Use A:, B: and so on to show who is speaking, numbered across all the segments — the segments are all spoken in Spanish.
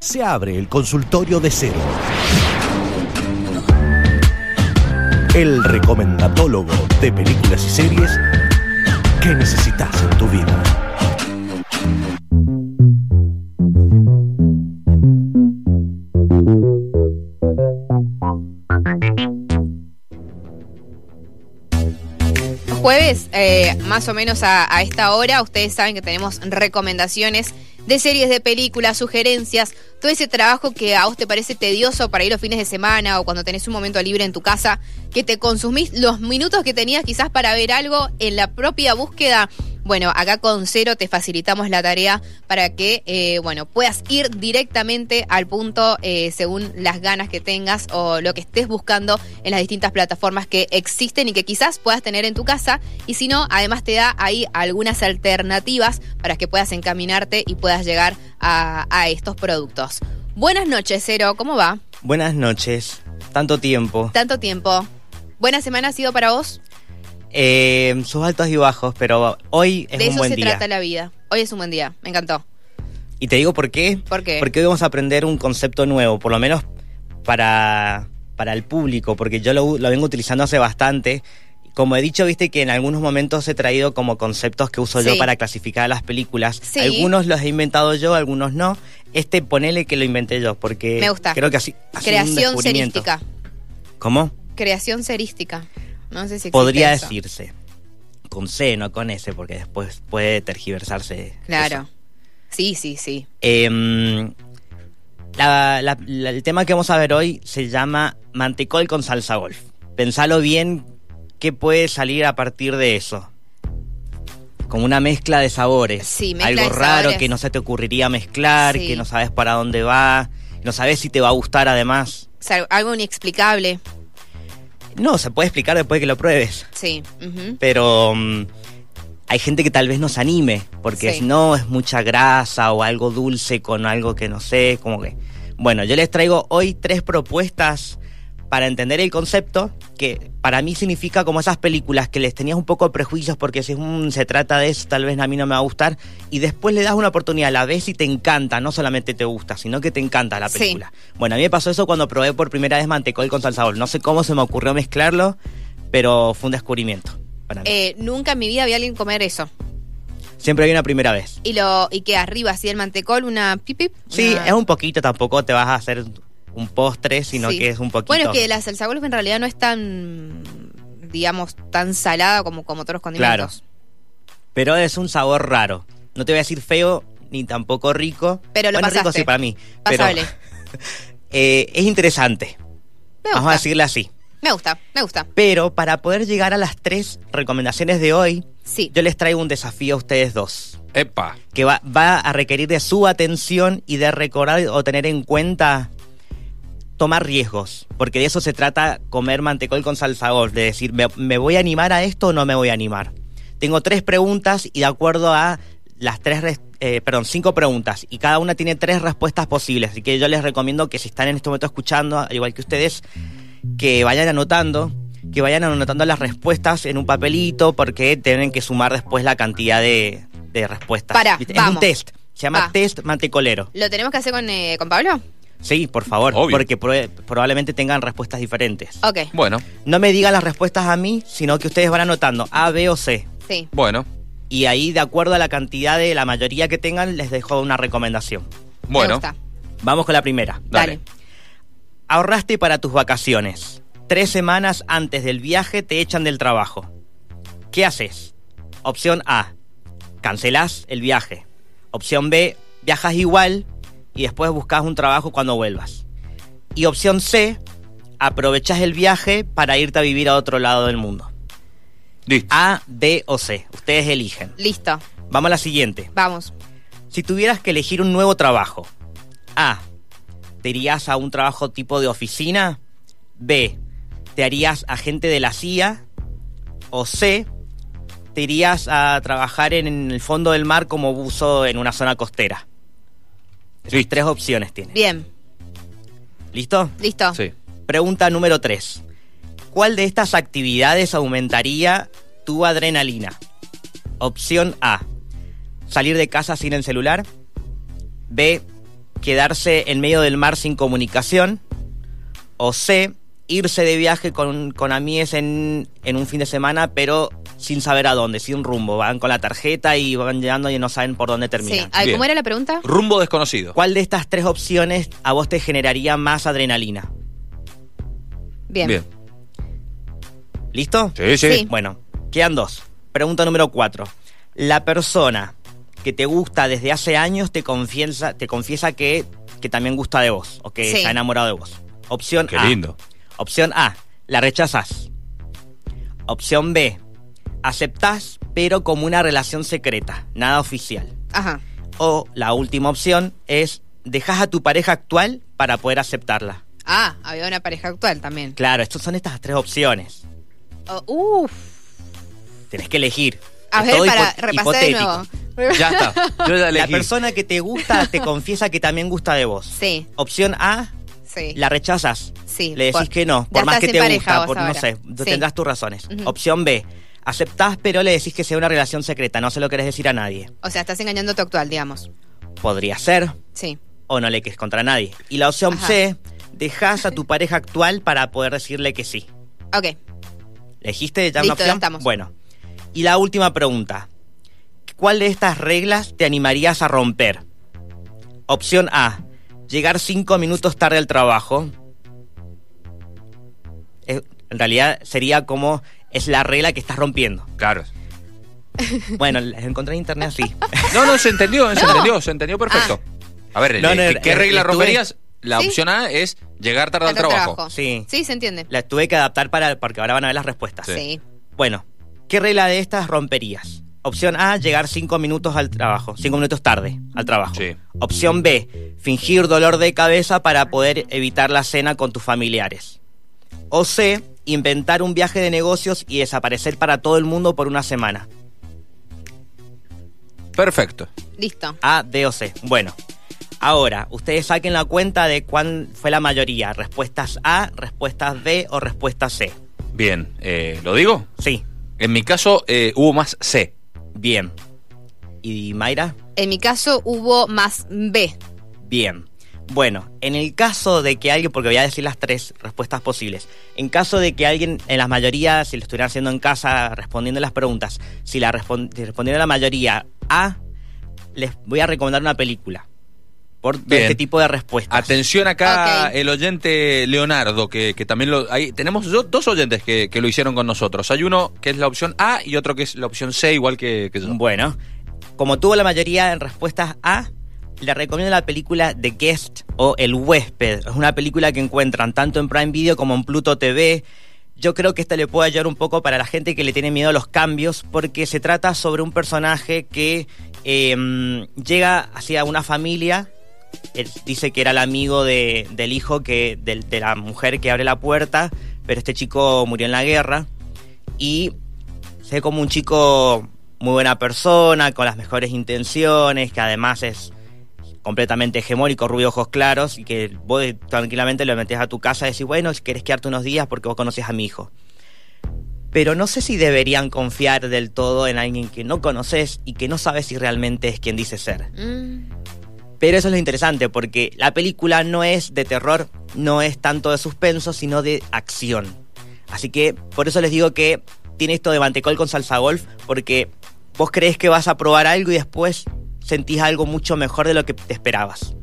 A: se abre el consultorio de cero. El recomendatólogo de películas y series que necesitas en tu vida.
B: Jueves, eh, más o menos a, a esta hora, ustedes saben que tenemos recomendaciones de series, de películas, sugerencias, todo ese trabajo que a vos te parece tedioso para ir los fines de semana o cuando tenés un momento libre en tu casa, que te consumís los minutos que tenías quizás para ver algo en la propia búsqueda. Bueno, acá con Cero te facilitamos la tarea para que, eh, bueno, puedas ir directamente al punto eh, según las ganas que tengas o lo que estés buscando en las distintas plataformas que existen y que quizás puedas tener en tu casa. Y si no, además te da ahí algunas alternativas para que puedas encaminarte y puedas llegar a, a estos productos. Buenas noches, Cero, ¿cómo va?
C: Buenas noches. Tanto tiempo.
B: Tanto tiempo. ¿Buena semana ha sido para vos?
C: Eh, sus altos y bajos, pero hoy es
B: de
C: un
B: eso
C: buen
B: se
C: día.
B: trata la vida. Hoy es un buen día, me encantó.
C: Y te digo por qué.
B: ¿Por qué?
C: Porque hoy vamos a aprender un concepto nuevo, por lo menos para, para el público, porque yo lo, lo vengo utilizando hace bastante. Como he dicho, viste que en algunos momentos he traído como conceptos que uso
B: Sí.
C: yo para clasificar las películas.
B: Sí.
C: Algunos los he inventado yo, algunos no. Este ponele que lo inventé yo, porque
B: Me gusta.
C: creo que así. ha sido un
B: Creación
C: descubrimiento.
B: serística.
C: ¿Cómo?
B: Creación serística. No sé si existe
C: Podría
B: eso.
C: decirse. Con C, no con S, porque después puede tergiversarse.
B: Claro.
C: eso.
B: Sí, sí, sí.
C: Em, la- la- la- el tema que vamos a ver hoy se llama Mantecol con salsa golf. Pensalo bien, ¿qué puede salir a partir de eso? Como una mezcla de sabores.
B: Sí, mezcla
C: Algo
B: de
C: raro
B: sabores.
C: que no se te ocurriría mezclar,
B: Sí.
C: que no sabes para dónde va, no sabes si te va a gustar además.
B: O sea, algo inexplicable.
C: No, se puede explicar después que lo pruebes.
B: Sí. ujú.
C: pero mm, hay gente que tal vez nos anime, porque
B: Sí.
C: si no es mucha grasa o algo dulce con algo que no sé, como que... Bueno, yo les traigo hoy tres propuestas para entender el concepto, que para mí significa como esas películas que les tenías un poco de prejuicios porque si "Mm, se trata de eso, tal vez a mí no me va a gustar, y después le das una oportunidad, la ves y te encanta, no solamente te gusta, sino que te encanta la
B: Sí.
C: película. Bueno, a mí me pasó eso cuando probé por primera vez mantecol con salsa bol. No sé cómo se me ocurrió mezclarlo, pero fue un descubrimiento para mí.
B: Eh, nunca en mi vida vi a alguien comer eso.
C: Siempre hay una primera vez.
B: Y lo y que arriba, así el mantecol, una pip pip.
C: Sí,
B: una-
C: es un poquito, tampoco te vas a hacer un postre, sino
B: Sí.
C: que es un poquito.
B: Bueno, es que la salsa golf en realidad no es tan, digamos, tan salada como, como otros
C: Claro.
B: condimentos.
C: Pero es un sabor raro. No te voy a decir feo ni tampoco rico.
B: Pero lo
C: bueno, rico
B: pasaste.
C: sí para mí.
B: Pasable.
C: Pero eh, es interesante.
B: Me
C: Vamos
B: gusta.
C: a decirle así.
B: Me gusta, me gusta.
C: Pero para poder llegar a las tres recomendaciones de hoy,
B: Sí.
C: yo les traigo un desafío a ustedes dos.
D: Epa.
C: que va, va a requerir de su atención y de recordar o tener en cuenta tomar riesgos, porque de eso se trata comer mantecol con salsa golf, de decir, ¿me, me voy a animar a esto o no me voy a animar? Tengo tres preguntas y de acuerdo a las tres, res- eh, perdón, cinco preguntas y cada una tiene tres respuestas posibles, así que yo les recomiendo que si están en este momento escuchando, al igual que ustedes, que vayan anotando, que vayan anotando las respuestas en un papelito porque tienen que sumar después la cantidad de, de respuestas.
B: Pará,
C: ¿Viste? Es
B: vamos.
C: un test, se llama
B: Va.
C: test mantecolero.
B: ¿Lo tenemos que hacer con, eh, con Pablo?
C: Sí, por favor,
D: Obvio.
C: porque prue- probablemente tengan respuestas diferentes.
B: Ok,
D: Bueno,
C: No me digan las respuestas a mí, sino que ustedes van anotando A, B o C.
B: sí.
D: bueno,
C: Y ahí, de acuerdo a la cantidad de la mayoría que tengan, les dejo una recomendación.
B: Me
D: bueno.
B: gusta.
C: Vamos con la primera.
B: Dale.
D: Dale.
C: Ahorraste para tus vacaciones. Tres semanas antes del viaje te echan del trabajo. ¿Qué haces? Opción A. Cancelás el viaje. Opción B. Viajas igual y después buscas un trabajo cuando vuelvas. Y opción C. Aprovechás el viaje para irte a vivir a otro lado del mundo.
D: Listo.
C: A, B o C. Ustedes eligen.
B: Listo.
C: Vamos a la siguiente.
B: Vamos.
C: Si tuvieras que elegir un nuevo trabajo, A. ¿Te irías a un trabajo tipo de oficina? B. ¿Te harías agente de la CIA? O C. ¿Te irías a trabajar en el fondo del mar como buzo en una zona costera? Esas
D: Listo.
C: tres opciones tienes.
B: Bien.
C: ¿Listo?
B: Listo.
D: Sí.
C: Pregunta número 3. ¿Cuál de estas actividades aumentaría tu adrenalina? Opción A. Salir de casa sin el celular. B. quedarse en medio del mar sin comunicación. O C, irse de viaje con, con amigues en, en un fin de semana, pero sin saber a dónde, sin rumbo. Van con la tarjeta y van llegando y no saben por dónde
B: Sí.
C: terminan.
B: Ay, ¿Cómo
D: Bien.
B: era la pregunta?
D: Rumbo desconocido.
C: ¿Cuál de estas tres opciones a vos te generaría más adrenalina?
B: Bien.
C: ¿Listo?
D: Sí, sí.
B: Sí.
C: Bueno, quedan dos. Pregunta número cuatro. La persona que te gusta desde hace años te confiesa, te confiesa que, que también gusta de vos o que
B: Sí.
C: está enamorado de vos. Opción
D: Qué
C: A.
D: lindo.
C: Opción A. La rechazás. Opción B. Aceptás, pero como una relación secreta, nada oficial.
B: Ajá.
C: O la última opción es dejas a tu pareja actual para poder aceptarla.
B: Ah, había una pareja actual también.
C: Claro, estas son estas tres opciones.
B: Oh, uf.
C: Tenés que elegir.
B: A
C: Es
B: ver,
C: todo
B: para
C: hipo-
B: repasar de nuevo.
D: Ya está. Yo ya
C: La
D: elegí.
C: persona que te gusta te confiesa que también gusta de vos.
B: Sí,
C: Opción A,
B: sí.
C: la rechazas.
B: sí,
C: Le decís
B: por-
C: que no,
B: Ya
C: por más
B: estás
C: que
B: en
C: te
B: pareja
C: gusta,
B: vos
C: por- no
B: ahora.
C: sé, tú
B: Sí.
C: tendrás tus razones.
B: Ujú.
C: Opción B, aceptás pero le decís que sea una relación secreta, no se lo querés decir a nadie.
B: O sea, estás engañando a tu actual, digamos.
C: Podría ser
B: Sí.
C: o no le querés contra nadie. Y la opción
B: Ajá.
C: C, dejas a tu pareja actual para poder decirle que sí.
B: Ok.
C: ¿Elegiste ya
B: Listo,
C: una
B: ya
C: opción?
B: estamos.
C: Bueno, y la última pregunta. ¿Cuál de estas reglas te animarías a romper? Opción A, llegar cinco minutos tarde al trabajo. Eh, en realidad sería como es la regla que estás rompiendo.
D: Claro.
C: Bueno, las encontré en internet así.
D: No, no, se entendió, se entendió, se entendió perfecto. A ver,
C: No,
D: eh,
C: no,
D: ¿qué,
C: eh,
D: qué regla
C: estuve-
D: romperías? La
B: Sí.
D: opción A es llegar tarde al
B: Tanto
D: trabajo.
C: Sí.
B: Sí, se entiende.
C: Las tuve que adaptar para porque ahora van a ver las respuestas.
D: Sí.
B: Sí.
C: Bueno, ¿qué regla de estas romperías? Opción A, llegar cinco minutos al trabajo, cinco minutos tarde al trabajo.
D: Sí.
C: Opción B, fingir dolor de cabeza para poder evitar la cena con tus familiares. O C, inventar un viaje de negocios y desaparecer para todo el mundo por una semana.
D: Perfecto.
B: Listo.
C: A, D o C. Bueno, ahora, ustedes saquen la cuenta de cuál fue la mayoría. Respuestas A, respuestas B o respuesta C.
D: Bien, eh, ¿lo digo?
C: Sí,
D: En mi caso eh, hubo más C.
C: bien. ¿Y Mayra?
B: En mi caso hubo más B.
C: Bien. Bueno, en el caso de que alguien, porque voy a decir las tres respuestas posibles, en caso de que alguien, en la mayoría, si lo estuviera haciendo en casa, respondiendo las preguntas, si la respon- si respondiera la mayoría A, les voy a recomendar una película. Por todo
D: Bien.
C: este tipo de respuestas.
D: Atención acá
B: Ok.
D: el oyente Leonardo, que, que también lo... Ahí, tenemos do- dos oyentes que, que lo hicieron con nosotros. Hay uno que es la opción A y otro que es la opción C, igual que, que yo.
C: Bueno, como tuvo la mayoría en respuestas A, le recomiendo la película The Guest o El Huésped. Es una película que encuentran tanto en Prime Video como en Pluto TV. Yo creo que esta le puede ayudar un poco para la gente que le tiene miedo a los cambios, porque se trata sobre un personaje que eh, llega hacia una familia. Él dice que era el amigo de- del hijo que, del- de la mujer que abre la puerta, pero este chico murió en la guerra. Y se ve como un chico muy buena persona, con las mejores intenciones, que además es completamente hegemónico, rubio ojos claros, y que vos tranquilamente lo metés a tu casa y decís, bueno, si querés quedarte unos días porque vos conoces a mi hijo. Pero no sé si deberían confiar del todo en alguien que no conoces y que no sabes si realmente es quien dice ser.
B: Mm,
C: Pero eso es lo interesante, porque la película no es de terror, no es tanto de suspenso, sino de acción. Así que por eso les digo que tiene esto de mantecol con salsa golf, porque vos crees que vas a probar algo y después sentís algo mucho mejor de lo que te esperabas.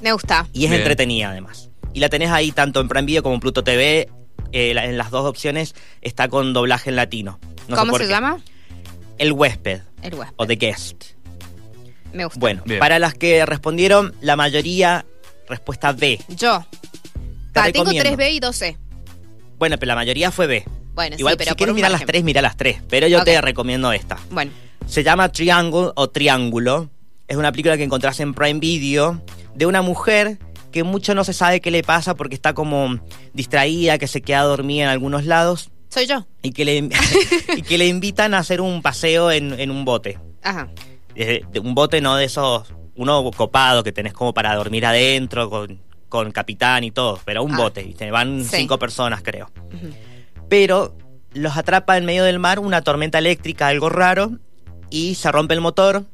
B: me gusta.
C: Y es
D: Bien.
C: entretenida además. Y la tenés ahí tanto en Prime Video como en Pluto TV. eh, la- en las dos opciones está con doblaje en latino. No sé
B: ¿Cómo
C: por
B: se
C: qué.
B: llama?
C: El huésped
B: El huésped.
C: o The Guest.
B: Me gusta.
C: Bueno,
D: Bien.
C: para las que respondieron, la mayoría respuesta B.
B: Yo.
C: Te
B: Ah, tengo
C: recomiendo.
B: 3B y 2C.
C: Bueno, pero la mayoría fue B.
B: Bueno,
C: Igual,
B: sí, pero
C: si
B: por
C: quieres
B: un
C: mirar las
B: margen.
C: tres, mira las tres. Pero yo
B: Ok.
C: te recomiendo esta.
B: Bueno,
C: Se llama Triangle o Triángulo. Es una película que encontrás en Prime Video de una mujer que mucho no se sabe qué le pasa porque está como distraída, que se queda dormida en algunos lados
B: soy yo.
C: y que le, y que le invitan a hacer un paseo en, en un bote.
B: Ajá.
C: Eh, de- un bote no de esos, uno copado que tenés como para dormir adentro con, con capitán y todo, pero un
B: Ah.
C: bote. ¿viste? Van
B: Sí.
C: cinco personas, creo
B: Ujú.
C: pero los atrapa en medio del mar una tormenta eléctrica, algo raro, y se rompe el motor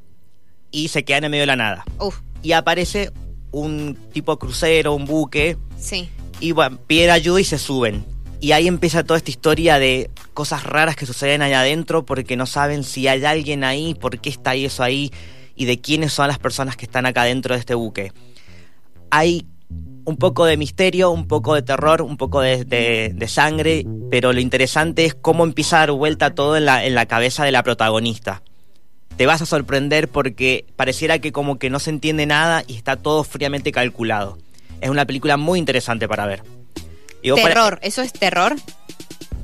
C: y se quedan en medio de la nada.
B: Uf,
C: Y aparece un tipo crucero, un buque,
B: Sí.
C: y bueno, piden ayuda y se suben. Y ahí empieza toda esta historia de cosas raras que suceden allá adentro porque no saben si hay alguien ahí, por qué está ahí eso ahí y de quiénes son las personas que están acá dentro de este buque. Hay un poco de misterio, un poco de terror, un poco de, de- de sangre, pero lo interesante es cómo empieza a dar vuelta todo en la, en la cabeza de la protagonista. Te vas a sorprender porque pareciera que como que no se entiende nada y está todo fríamente calculado. Es una película muy interesante para ver. Y vos pare-
B: Terror, ¿eso es terror?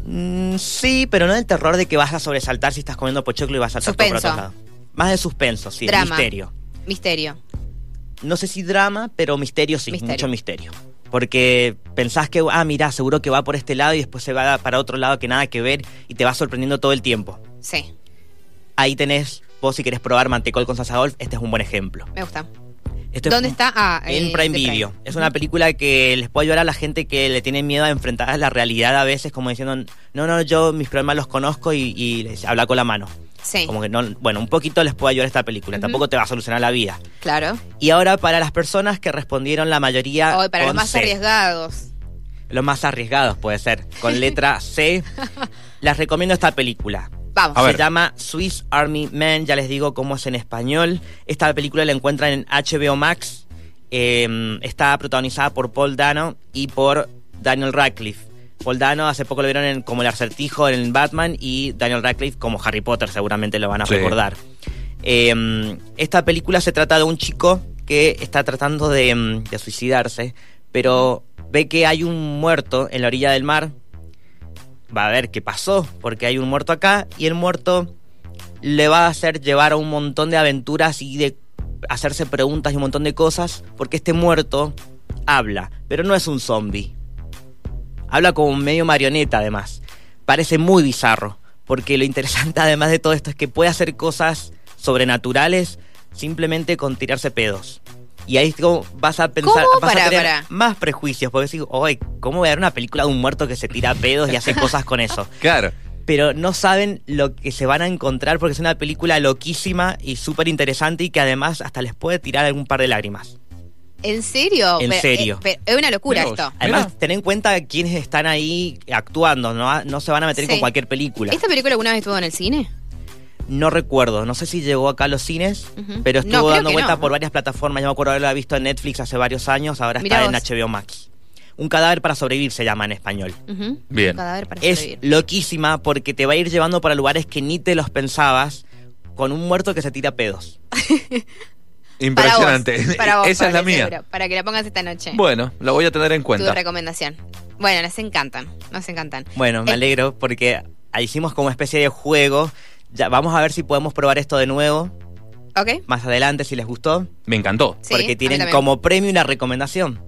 C: Mm, sí, pero no del terror de que vas a sobresaltar si estás comiendo pochoclo y vas a saltar todo por
B: Suspenso.
C: otro lado. Más de suspenso, sí, de
B: Drama.
C: misterio.
B: Misterio.
C: No sé si drama, pero misterio sí,
B: Misterio.
C: mucho misterio. Porque pensás que, ah, mirá, seguro que va por este lado y después se va para otro lado que nada que ver y te va sorprendiendo todo el tiempo.
B: Sí,
C: Ahí tenés, vos si querés probar mantecol con salsa golf, este es un buen ejemplo.
B: me gusta.
C: Esto es
B: ¿Dónde
C: un-
B: está? Ah,
C: En
B: eh,
C: Prime
B: de
C: Video. Es una película que les puede ayudar a la gente que le tiene miedo a enfrentar a la realidad a veces, como diciendo, no, no, yo mis problemas los conozco y, y les habla con la mano.
B: Sí,
C: Como que no, bueno, un poquito les puede ayudar esta película,
B: Ujú.
C: tampoco te va a solucionar la vida.
B: claro.
C: Y ahora para las personas que respondieron la mayoría
B: Hoy para los
C: con
B: más
C: C.
B: arriesgados.
C: los más arriesgados puede ser, con letra C, les recomiendo esta película.
B: Vamos.
D: A
C: Se
D: ver.
C: llama Swiss Army Man, ya les digo cómo es en español. Esta película la encuentran en HBO Max. Eh, está protagonizada por Paul Dano y por Daniel Radcliffe. Paul Dano hace poco lo vieron en- como el acertijo en Batman y Daniel Radcliffe como Harry Potter, seguramente lo van a
D: Sí.
C: recordar. Eh, esta película se trata de un chico que está tratando de, mm, de suicidarse, pero ve que hay un muerto en la orilla del mar. Va a ver qué pasó, porque hay un muerto acá y el muerto le va a hacer llevar a un montón de aventuras y de hacerse preguntas y un montón de cosas, porque este muerto habla, pero no es un zombie. Habla como un medio marioneta además. Parece muy bizarro, porque lo interesante además de todo esto es que puede hacer cosas sobrenaturales simplemente con tirarse pedos. Y ahí es como vas a pensar,
B: ¿Cómo?
C: vas a
B: Pará,
C: tener
B: pará.
C: más prejuicios, porque decís, oye, ¿cómo voy a ver una película de un muerto que se tira pedos y hace cosas con eso?
D: Claro.
C: pero no saben lo que se van a encontrar porque es una película loquísima y súper interesante y que además hasta les puede tirar algún par de lágrimas.
B: ¿En serio?
C: En
B: Pero-
C: serio.
B: eh, pero es una locura
D: Mirá vos.
B: esto.
C: Además,
D: Mirá.
C: ten en cuenta quiénes están ahí actuando, no, Ah, no se van a meter
B: Sí.
C: con cualquier película.
B: ¿Esta película alguna vez estuvo en el cine?
C: No recuerdo, no sé si llegó acá a los cines,
B: Ujú.
C: pero
B: No,
C: estuvo
B: creo
C: dando
B: que
C: vuelta
B: no.
C: por varias plataformas. Yo me acuerdo haberla visto en Netflix hace varios años, ahora
B: Mirá
C: está
B: vos.
C: en HBO Max. Un cadáver para sobrevivir se llama en español.
B: Ujú.
D: Bien.
B: Cadáver para
C: es
B: sobrevivir.
C: loquísima porque te va a ir llevando para lugares que ni te los pensabas con un muerto que se tira pedos.
B: Para vos,
D: Impresionante.
B: para vos,
D: Esa es la
B: Pablo,
D: mía.
B: seguro, para que la pongas esta noche.
D: Bueno, la voy a tener en
B: tu
D: cuenta.
B: recomendación. Bueno, nos encantan, nos encantan.
C: Bueno, me
B: Eh.
C: alegro porque hicimos como especie de juego. Ya, vamos a ver si podemos probar esto de nuevo
B: ¿Ok?
C: más adelante si les gustó.
D: Me encantó.
B: Sí, a mí
C: Porque tienen
B: también.
C: como premio una recomendación.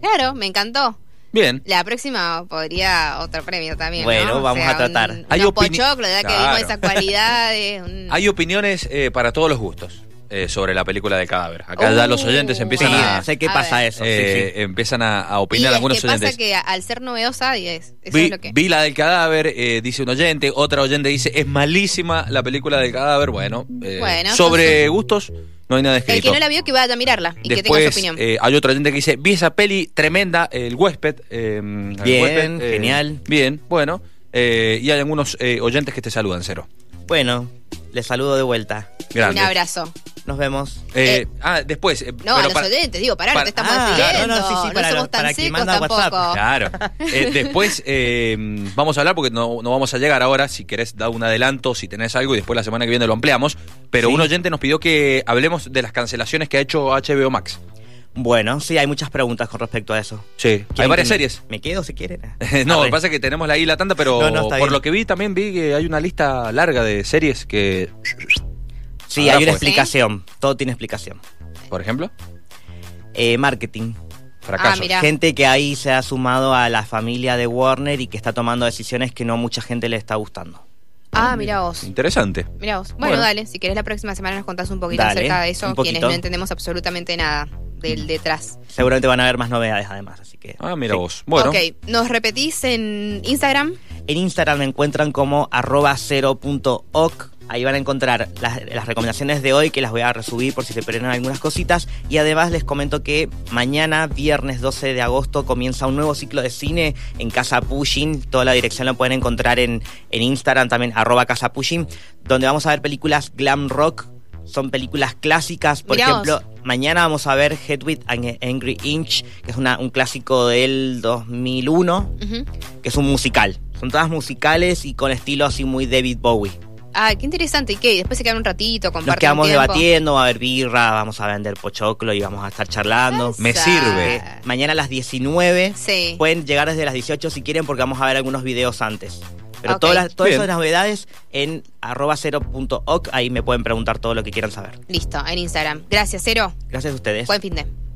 B: Claro, me encantó.
D: Bien.
B: La próxima podría otro premio también.
C: Bueno,
B: ¿no? O
C: vamos
B: sea,
C: a tratar.
B: Un,
D: Hay
B: unos
D: opini-
B: pochoclos, ya que
D: Claro.
B: vimos esas cualidades. un-
D: Hay opiniones eh, para todos los gustos eh, sobre la película de cadáver. Acá
B: Uh,
D: ya los oyentes empiezan
C: Sí,
B: bueno.
D: a,
C: sé que
B: a
C: pasa
B: ver.
C: eso. sí,
D: eh,
C: sí.
D: empiezan a, a
B: y
D: opinar
B: es
D: algunos
B: que
D: oyentes.
B: pasa que a- al ser novedosa, y es, eso
D: Vi,
B: es lo que...
D: vi la del cadáver, eh, dice un oyente, otra oyente dice, es malísima la película del cadáver. Bueno, eh,
B: Bueno,
D: sobre gustos no hay nada
B: El
D: escrito.
B: que no la vio, que vaya a mirarla y que tenga su
D: Después
B: opinión.
D: eh, hay otro oyente que dice, vi esa peli tremenda, El huésped. eh, El
C: Bien,
D: Huésped, eh,
C: genial.
D: Bien, bueno. eh, y hay algunos eh, oyentes que te saludan, Cero.
C: Bueno, les saludo de vuelta.
B: un
D: Grande.
B: abrazo.
C: Nos vemos.
D: Eh,
B: Eh,
D: ah, después. eh,
B: No,
D: pero
B: a los
D: para-
B: oyentes, digo, pará, no
D: para-
B: te estamos
C: Ah,
B: despidiendo.
C: no,
B: No,
C: no, sí, sí, para-
B: somos tan
C: para quien
B: secos
C: manda
B: tampoco.
C: WhatsApp.
D: Claro. Eh, después eh, vamos a hablar porque no, no vamos a llegar ahora. Si querés, da un adelanto, si tenés algo, y después la semana que viene lo ampliamos. Pero
C: Sí.
D: un oyente nos pidió que hablemos de las cancelaciones que ha hecho HBO Max.
C: Bueno, sí, hay muchas preguntas con respecto a eso.
D: Sí. Hay
C: ¿Quieren
D: varias
C: que me-
D: series.
C: ¿Me quedo si quieren? Ah,
D: No, lo
C: Arre.
D: que pasa es que tenemos la isla tanta, pero
C: No, no, está
D: por
C: bien.
D: lo que vi también vi que hay una lista larga de series que,
C: Sí,
D: Ahora
C: hay una
D: fue.
C: explicación. Todo tiene explicación.
D: por ejemplo,
C: Eh, marketing.
D: fracaso.
B: Ah, mirá.
C: Gente que ahí se ha sumado a la familia de Warner y que está tomando decisiones que no mucha gente le está gustando.
B: Ah, mira vos.
D: Interesante.
B: Mira vos. Bueno,
D: Bueno.
B: dale, si querés la próxima semana nos contás un poquito
C: Dale,
B: acerca de eso,
C: un
B: quienes
C: poquito.
B: no entendemos absolutamente nada del detrás.
C: Seguramente van a haber más novedades además, así que.
D: Ah, mira
C: Sí.
D: vos. Bueno,
B: Ok, nos repetís en Instagram.
C: En Instagram me encuentran como arroba 0.oc Ahí van a encontrar las, las recomendaciones de hoy que las voy a resubir por si se perdieron algunas cositas. Y además les comento que mañana, viernes 12 de agosto, comienza un nuevo ciclo de cine en Casa Pushing. Toda la dirección la pueden encontrar en, en Instagram también, arroba Casa Pushing, donde vamos a ver películas glam rock. Son películas clásicas, por
B: Mirá vos.
C: ejemplo, Mañana vamos a ver Hedwig and the Angry Inch, que es una- un clásico del 2001,
B: Ujú.
C: que es un musical. Son todas musicales y con estilo así muy David Bowie.
B: Ah, qué interesante. ¿Y qué? Y Después se quedan un ratito,
C: Nos
B: comparten
C: quedamos
B: un tiempo.
C: debatiendo, va a haber birra, vamos a vender pochoclo y vamos a estar charlando.
D: Me
B: Esa.
D: sirve.
C: Mañana a las 19.
B: Sí.
C: Pueden llegar desde las 18 si quieren porque vamos a ver algunos videos antes. Pero
B: Ok.
C: todas, las- todas
D: Bien.
C: esas novedades en arroba cero punto oc, ahí me pueden preguntar todo lo que quieran saber.
B: Listo, en Instagram. Gracias, Cero.
C: Gracias a ustedes.
B: Buen fin de.